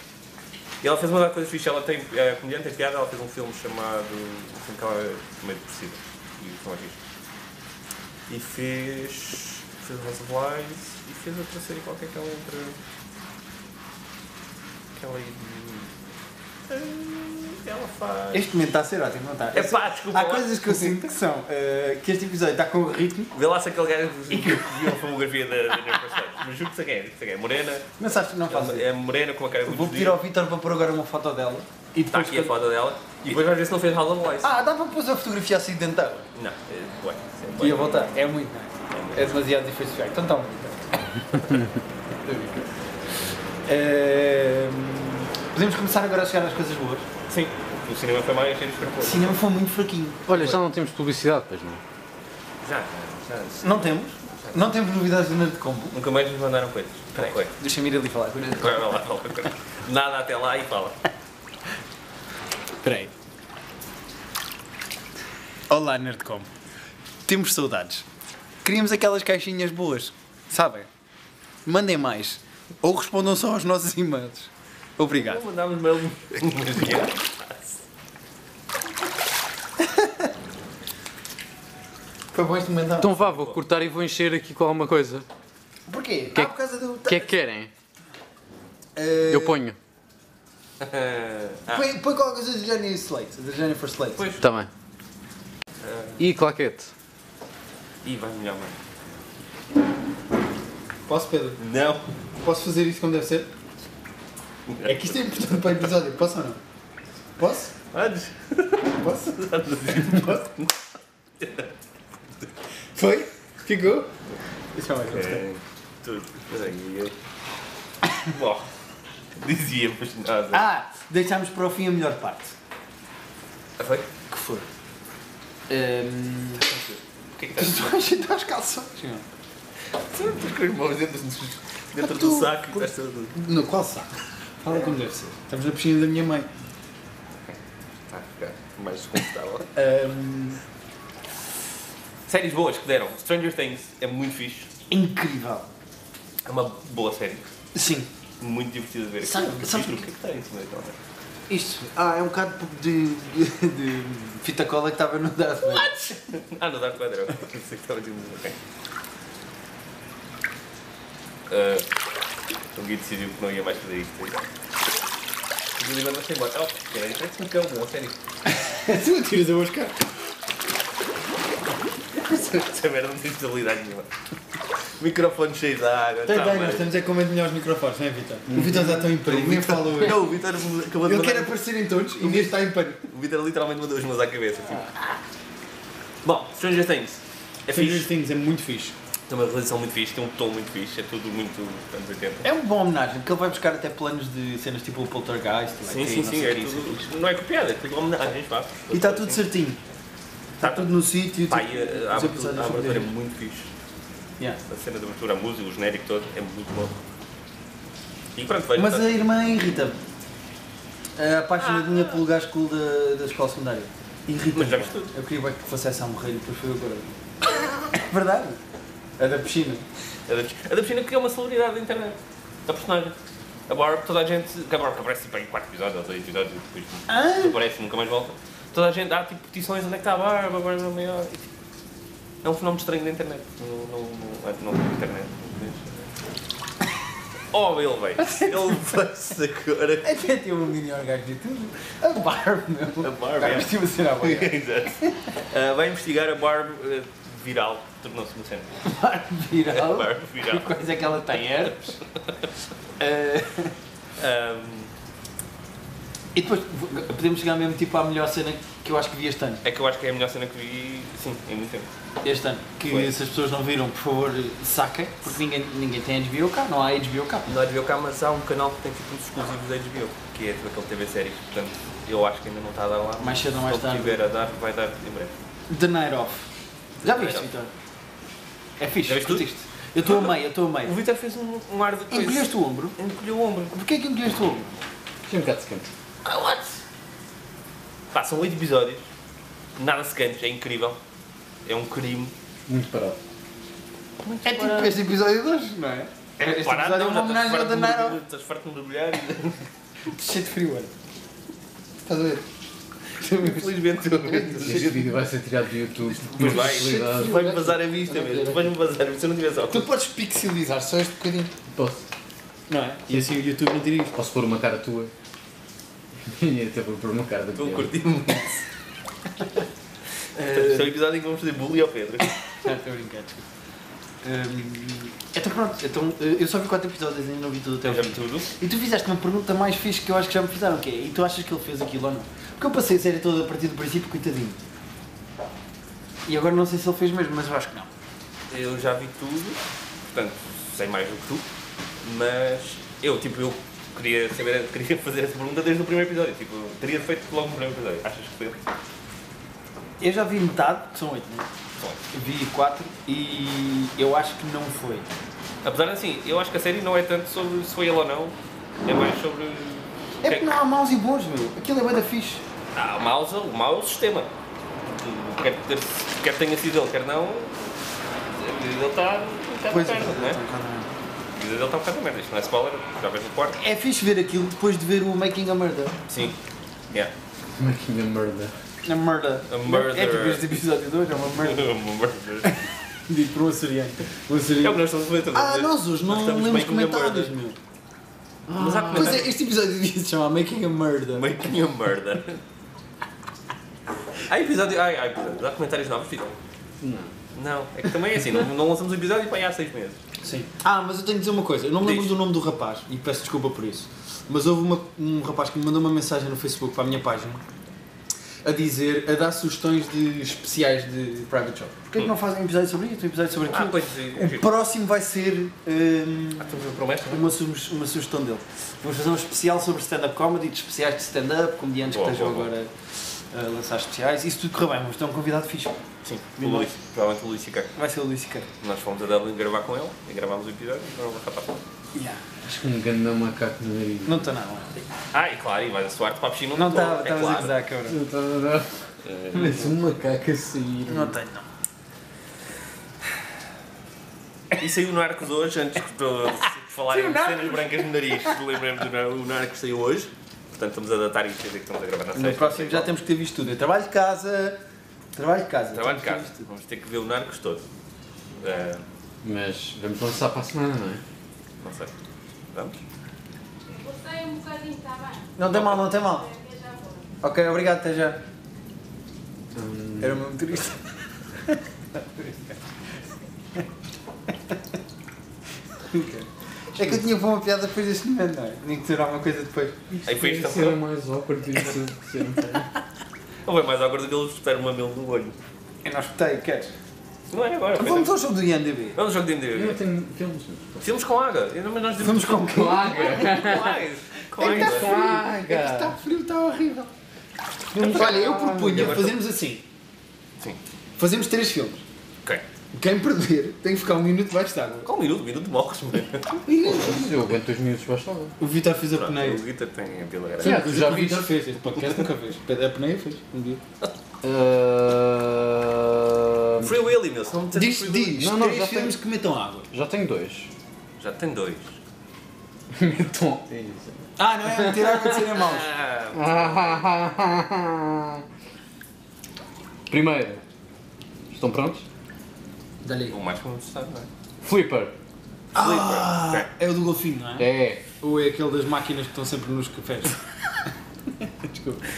E ela fez uma das coisas fixe, ela tem, é comediante, é piada, ela fez um filme chamado. um filme que ela é meio depressiva. E o filme é fixe. E fez. fez o House of Lies e fez outra série qualquer que ela entra. que ela aí. ela faz. Este momento está a ser ótimo, não está? É pá, desculpa. Há lá. coisas que eu sinto que são eh, que este episódio está com ritmo. Vê lá se aquele gajo que viu a filmografia da da Jennifer Slate. Mas juro que sei quem é, sei quem é. Morena. Não sabes que não faz É morena com uma cara muito Vou pedir fodida. ao Vitor para pôr agora uma foto dela. E Está depois. aqui a foto dela. E depois vais ver se não fez House of Lies. Ah, dá para pôr a fotografia assim acidental. Não, é, ué, isso E é, ué. a voltar. É muito, não é? É demasiado difícil chegar. Então está muito. Eh, Podemos começar agora a chegar às coisas boas. Sim, o cinema foi mais cheio de O escrapou. cinema foi muito fraquinho. Olha, já não temos publicidade, pois não? Já, já. Não temos? Não temos novidades do Nerd Combo. Nunca mais nos mandaram coisas. Peraí, ué. Deixa-me ir ali falar. Agora vai lá, fala. agora. Nada até lá e fala. Espera aí. Olá, Nerdcom. Temos saudades. Queríamos aquelas caixinhas boas, sabem? Mandem mais. Ou respondam só aos nossos e-mails. Obrigado. Não mandámos mail nenhum. Mas que é? Foi bom este momento. Então vá, vou cortar e vou encher aqui com alguma coisa. Porquê? Que- ah, por causa do... O que é que querem? Eu ponho. Ah, Põe, põe qualquer coisa de Jenny Slate, de Jennifer Slate. Pois. Também. E claquete. Ih, vai melhor, mano. Posso, Pedro? Não. Posso fazer isso como deve ser? É que isto é importante para o episódio, posso ou não? Posso? Antes? Posso? Posso? Foi? Ficou? É, tudo. Mas aí eu. Bom, dizia, mas nada. Ah, deixámos para o fim a melhor parte. Ah, foi? Que foi? Hum, O que é que Tu estás estás a ajeitar as calças? Estás com as mãos dentro, dos- dentro do Ah, Tu- saco? Estás todo. No qual saco? Fala como deve ser. Estamos na piscina da minha mãe. Ah, ficar mais desconfortável. Ehm, Ahm, Séries boas que deram. Stranger Things é muito fixe. incrível. É uma boa série. Sim. Muito divertida de ver. Sabe- Aquilo- sabe- aquilo- O que é que está isso, não é? Isto. Ah, é um bocado de, de, de fita cola que estava no Darth Vader. Ah, no Dark Vader, ok. Pensei que estava dizendo ok. Ah, o Gui decidiu que não ia mais fazer isto. é Mas ele mandou-se embora. Oh, era diferente um cão, não, sério. tu atiras a Oscar? Essa merda não tem utilidade nenhuma. Microfone cheio de água. Tem, tá, tem, mas- nós temos é que comer melhor os microfones, não é, Vitor? O Vitor já está em pânico, nem falo eu. Não, o Vitor acabou de Ele mandar. quer aparecer em todos e nem está em pânico. O Vitor literalmente mandou as mãos à cabeça. Tipo. Bom, Stranger Things. É Ah. Stranger fixe. Things é muito fixe. Tem uma realização muito fixe, tem um tom muito fixe, é tudo muito anos 80. É uma boa homenagem, porque ele vai buscar até planos de cenas tipo o Poltergeist. vai Sim, ter sim, não sim, sei é o quê, não sei o quê. tudo. Não é copiada, é tudo homenagens, vá. E está tudo certinho. Está tudo no sítio. Pá, tudo- e eh, a, a, os episódios abertura- a são abertura é dele. muito fixe. Yeah. A cena de abertura, a música, o genérico todo, é muito bom. E pronto, vejo. Mas eh, tá- a irmã irrita-me. A apaixonadinha pelo gajo cool da, da escola secundária. Irrita-me. Mas já viste tudo. Eu queria bem que fosse essa a morrer e depois foi agora. É verdade. A da piscina. A da piscina- a da piscina que é uma celebridade da internet. A personagem. A Barb, toda a gente. Que a Barb aparece tipo, em 4 episódios ou 6 episódios e depois desaparece, nunca mais volta. Toda a gente. Há tipo petições onde é que está a Barb, a Barb é maior. e, tipo, É um fenómeno estranho da internet. Não, não, não, não da internet. mas- Oh, ele veio. Ele veio-se agora. Até tinha um mini gajo de tudo. A Barb, meu. A Barb, O gajo é. estive a ser a Barb. Exato. Ah, vai investigar a Barb eh, viral. Tornou-se uma cena. Barb A viral. Barb Que viral. coisa é que ela tem, herpes. Eh, Ahm, e depois v- podemos chegar mesmo tipo à melhor cena que eu acho que vi este ano. é que eu acho que é a melhor cena que vi, sim, em muito tempo. Este ano. Que Foi. se as pessoas não viram, por favor, saquem. Porque ninguém, ninguém tem HBO cá. Não há HBO cá. Não é HBO cá, mas há um canal que tem tipo os exclusivos da HBO, que é tipo aquele TV séries, portanto eu acho que ainda não está a dar lá. Mais cedo ou mais Se ele tarde. tiver a dar, vai dar em breve. The Night Off. Já viste, Night Off. Vitor? É fixe. Já viste tudo? curtiste? Eu estou a meio, eu estou a O meio. Vitor fez um, um ar de coisa. Encolheste o ombro? Encolheu o ombro. Porquê que encolheste o ombro? Fiquei um bocado secante. Ah, what? Pá, são 8 episódios, nada secantes, é incrível. É um crime. Muito parado. É tipo este episódio de hoje, não é? Este Parado, episódio é uma não, já homenagem ao The estás farto de Night mergulhar- Estás farto de mergulhar e Off. Cheio de frio, olha. Estás a ver? Infelizmente, Este vídeo vai ser tirado do YouTube. Pois vai. Possibilidade. tu vais-me vazar a vista, mesmo. Tu vais-me vazar, se eu não tivesse Tu óculos. podes pixelizar só este bocadinho. Posso, Não é? E assim o YouTube não tira isto. posso pôr uma cara tua? E até vou pôr uma cara da Estou a Guilherme. curtir muito. Este é o episódio em que vamos fazer bullying ao Pedro. Não, estou a brincar, desculpa. Hum, então pronto, então, eh, eu só vi 4 episódios e ainda não vi tudo até Eu ao já fim. vi tudo. E tu fizeste uma pergunta mais fixe que eu acho que já me fizeram, que é, e tu achas que ele fez aquilo ou não? Porque eu passei a série toda a partir do princípio, coitadinho. E agora não sei se ele fez mesmo, mas eu acho que não. Eu já vi tudo. Portanto, sei mais do que tu. Mas eu, tipo, eu queria saber, queria fazer essa pergunta desde o primeiro episódio. Tipo, eu teria feito logo no primeiro episódio. Achas que foi? Eu já vi metade, que são 8, não é? Vi 4 e eu acho que não foi. Apesar de assim, eu acho que a série não é tanto sobre se foi ele ou não. É mais sobre. o que É porque não há maus e bons, meu. Aquilo é bem da fixe. Ah, o mouse, o mau é o sistema. Porque Quer, ter, quer tenha sido ele, quer não, ele está um bocado na merda, não é? A vida dele está um bocado na merda. Isto não é spoiler, já vês no quarto. É fixe ver aquilo depois de ver o Making a Murder. Sim. Yeah. Uma quinha merda. A Murder. A Murder. É tipo este episódio 2, é uma é o Murder. que Digo para um açoriano. O açoriano. nós estamos a fazer todos Ah, os dias. nós hoje não estamos lemos making a comentários, murder. meu. Mas há Pois é, comentários. este episódio devia se chamar Making a Murder. Making a murder. há episódio. Há, há episódios. Há comentários novos, Vitor? Não. Não. É que também é assim, não, não lançamos o episódio e pá, aí há seis meses. Ah, mas eu tenho de dizer uma coisa. Eu não me lembro Diz. do nome do rapaz e peço desculpa por isso. Mas houve uma- um rapaz que me mandou uma mensagem no Facebook para a minha página a dizer, a dar sugestões de especiais de private job. Porquê é que não fazem um episódio sobre isso? Um episódio sobre Ah, aquilo? pois, é, é o giro. próximo vai ser hum, Ah, temos uma promessa? uma, su- uma sugestão dele. Vamos fazer um especial sobre stand-up comedy, de especiais de stand-up, comediantes Boa, que estejam boa, boa. agora a lançar especiais. Isso tudo correu bem, vamos ter um convidado fixe. Sim, é? o Luís, provavelmente o Luís Chicago. Vai ser o Luís Siqueira. Nós fomos a Dublin gravar com ele e gravámos o episódio e agora vou cá para a fora. Acho que um grande macaco no nariz. Não estou não. é? Ah, e claro, e vais a suar-te para a piscina onde Não estou, estava, é estavas a claro. gozar, cabrão. Não tá- não dá. Eh, Mas um macaco a sair. Não tenho, não. E saiu o Narcos hoje, antes de de falarem de cenas brancas no nariz. Lembremos do Nar- o Narcos saiu hoje. Portanto, estamos a datar e dizer que estamos a gravar na No sexta. próximo já temos que ter visto tudo. Eu trabalho de casa. Trabalho de casa. Trabalho de Temos casa. que ter visto Vamos ter que ver o Narcos todo. Eh, Mas vamos lançar para a semana, não é? não sei. Vamos? Gostei um bocadinho, está bem? tudo. Não tem mal, não tem mal. Eu já vou. Ok, obrigado, até já. Hum. Era mesmo triste. é que eu tinha que pôr uma piada depois deste momento, não é? Tinha que tirar uma coisa depois. Aí foi isto a é Isso era mais awkward do que sempre. Não foi mais agora do que ele espetar uma mil no olho. Eu não escutei, queres? Não é agora. Vamos Vamos ao jogo do IMDB. ao jogo de Então Eu não MDB. tenho filmes. Filmes com água. Eu não- Mas nós devemos Vamos com quem? Plaga! com água. Com É tá água. É Plaga! frio, está horrível. Olha, eu E propunha agora fazermos assim. Sim. Fazemos três filmes. Ok. Quem perder tem que ficar um minuto debaixo de água. Qual um minuto? Um minuto de morros, mano. Tipo Eu aguento dois minutos basta lá. O Vitor fez a Pronto, peneira. O Guita tem a pila Sim. grande. Já, tu já O Vitor viste? fez este podcast, nunca fez. A peneira fez, um dia. Ah, Free Willy, meu. se não me disseres Diz, Free Willy- diz, Não, não, já três filmes que metam água. Já tenho dois. Já tem dois. Então, é isso. Ah, não é? Tirar água de serem maus. Ah, Primeiro. Estão prontos? Dá-lhe o mais que me sabe, não é? Flipper. Flipper. Ok. É o do golfinho, não é? É. Ou é aquele das máquinas que estão sempre nos cafés?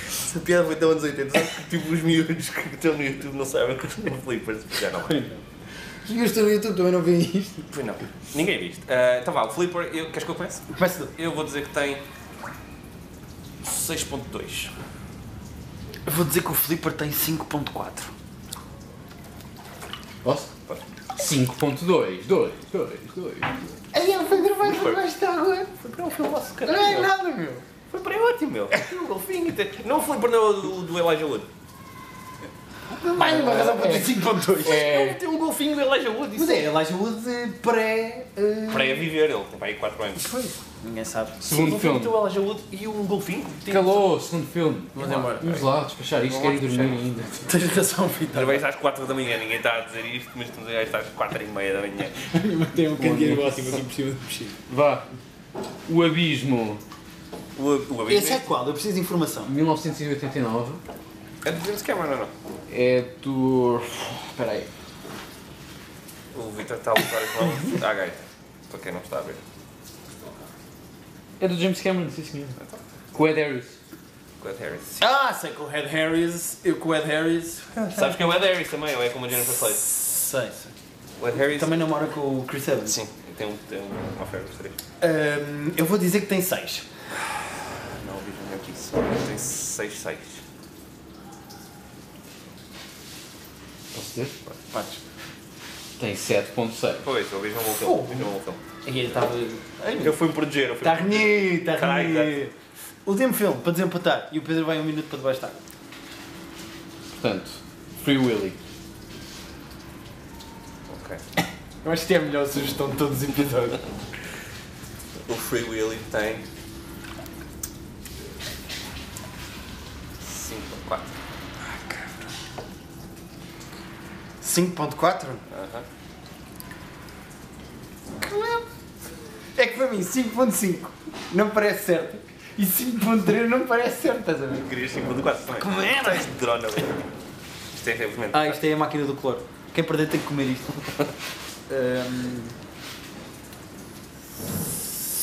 Essa piada foi tão anos 80. sabe? Tipo, os miúdos que estão no YouTube não sabem que os meus flippers. Já não é. Os gajos estão no YouTube também não veem isto. Pois não. Ninguém viste. Ah, então vá, o flipper, eu, queres que eu comece? Começa tu. Eu vou dizer que tem 6.2. Eu Vou dizer que o Flipper tem 5.4. Posso? 5.2. 2, 2, 2. Aí o Pedro vai debaixo de água. Não, foi o vosso Não é nada, meu. Foi para aí ótimo, meu. é- O golfinho. até- Não o flipper, não, o do Elijah Wood. Mais uma razão para ter 5.2. É. Tem um golfinho do Elijah Wood. Mas Isso é- é, Elijah Wood eh, pré... eh, Para aí a viver, ele tem para aí 4 anos. Ninguém sabe. Segundo filme. filme um do Elijah Wood e um golfinho. que tem- Calou, segundo filme. Vamos embora. Vamos lá, despachar isto, quero ir dormir ainda. Tens razão, Vitor. Parabéns às 4 da manhã, ninguém está a dizer isto, mas estamos a gastar às 4 e meia da manhã. Tem um candeeiro ótimo aqui por cima do peixinho. Vá. O Abismo, O, o amigo Esse é qual? Eu preciso de informação. 1989. é de James Cameron, não? É do. Espera aí. O Vitor está a lutar as mãos à gaita, para quem não está a ver. É do James Cameron, sim senhor. Com Ed Harris. Com o Ed Harris. Ah, sei que o Ed Harris. Eu com o Ed Harris. Sabes quem é o Ed Harris também, ou é como a Jennifer Slade? Sei, sei. O Ed Harris... Também namora com o Chris Evans. Sim, tem, um, tem um- uma oferta dos três. Ahm, eu vou dizer que tem 6. Não, o Vitor não é que isso. Tem 6, 6. Posso dizer? Tem 7.6. Pois, eu vejo um bom filme. Vejo um bom filme. E ele Tá estava. Eu fui-me um proteger, eu fui Está renhido, está Caralho, renhido. Último filme, para desempatar. E o Pedro vai um minuto para debaixo de água. Portanto, Free Willy. Ok. Eu acho que é a melhor sugestão de todos os episódios. O Free Willy tem... 5 ou 4. 5.4? Aham. É que para mim 5.5 não parece certo. E 5.3 não parece certo, estás a ver? Querias 5 do 4 também. Como era? Isto drone ali. Isto é realmente. Ah, isto é a máquina do cloro. Quem perder tem que comer isto. Ahm,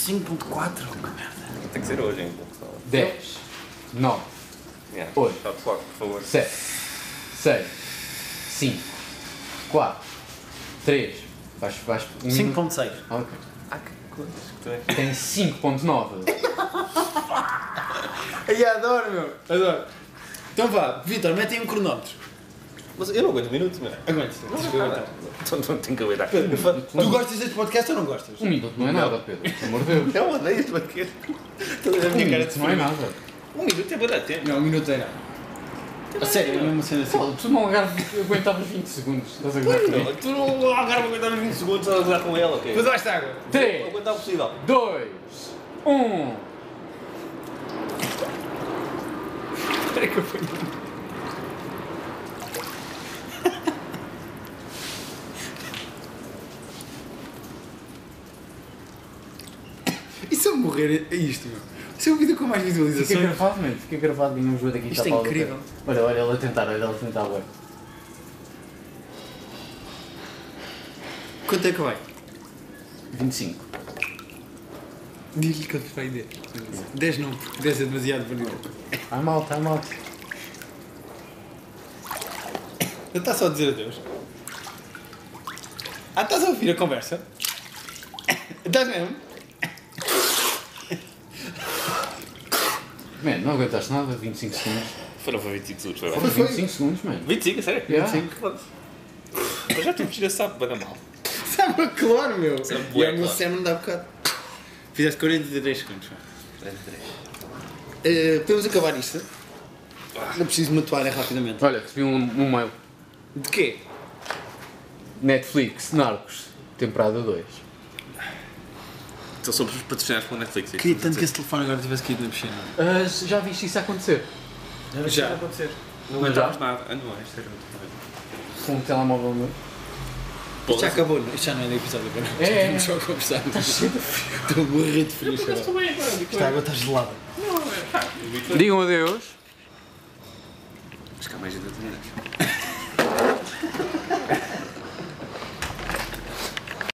5.4? Que merda. Tem que ser hoje ainda. só. 10, 9, Yeah. Hoje. Shot clock, por favor. 7, 6, 5, 4, 3. Vais, vais. Um minuto. 5.6. Ah, ok. Ah, que quantos que tem? Tem 5.9. Ai, adoro, meu. Adoro. Então vá, Vitor, metem um cronómetro. Mas eu não aguento um minuto, meu. Aguenta. tens que aguentar. Então não tenho que aguentar. Tu gostas deste podcast ou não gostas? Um minuto não é nada, Pedro. Pelo amor de Deus. Eu odeio este banquete. Toda a Um minha cara minuto de não é nada. Um minuto é bué de tempo. Não, um minuto é nada. A sério, é mesmo sendo assim. Pô, tu não agarras- aguentavas 20 segundos. Estás a gozar comigo? Não, Tu não agora vou aguentar uns 20 segundos a usar com ela, ok? Mas lá está água. 3, Aguentar o possível. 2, 1. E se eu morrer é isto, meu? Se é o vídeo com mais Fica visualizações. gravado, mano. Fica gravado e não ajuda aqui. Isto está é a Paula, incrível. cara. Olha, olha ela a tentar, olha ela a tentar, ué. Quanto é que vai? 25. Diz-lhe quanto vai dar. 10 não, porque 10 é demasiado para mim. Está mal, está mal. Ele está só a dizer adeus. Ah, estás a ouvir a conversa? Estás mesmo? Mano, não aguentaste nada, 25 segundos. Foram para 25 segundos, foi bem. Foram 25 segundos, mano. 25, a sério? e Yeah. Pronto. Mas já temos tira sapo, banda mal. Sabe a cloro, meu. Sabe e bué é o meu cloro. cérebro não dá bocado. Fizeste 43 segundos. pá. Eh, podemos acabar isto? Não preciso me atuar é rapidamente. Olha, recebi um, um mail. De quê? Netflix, Narcos, temporada 2. Então somos patrocinados pela Netflix. Queria tanto que esse telefone agora tivesse caído na piscina. Ah, já viste isso acontecer? Já. Não aguentámos nada. Ando mais, sério. Com um telemóvel meu. Isto já acabou, não? Isto já não é do episódio agora. É, é. Estamos só a conversar. Estou a morrer de frio. agora. Esta água está gelada. Digam adeus. Acho que há mais de 10 minutos.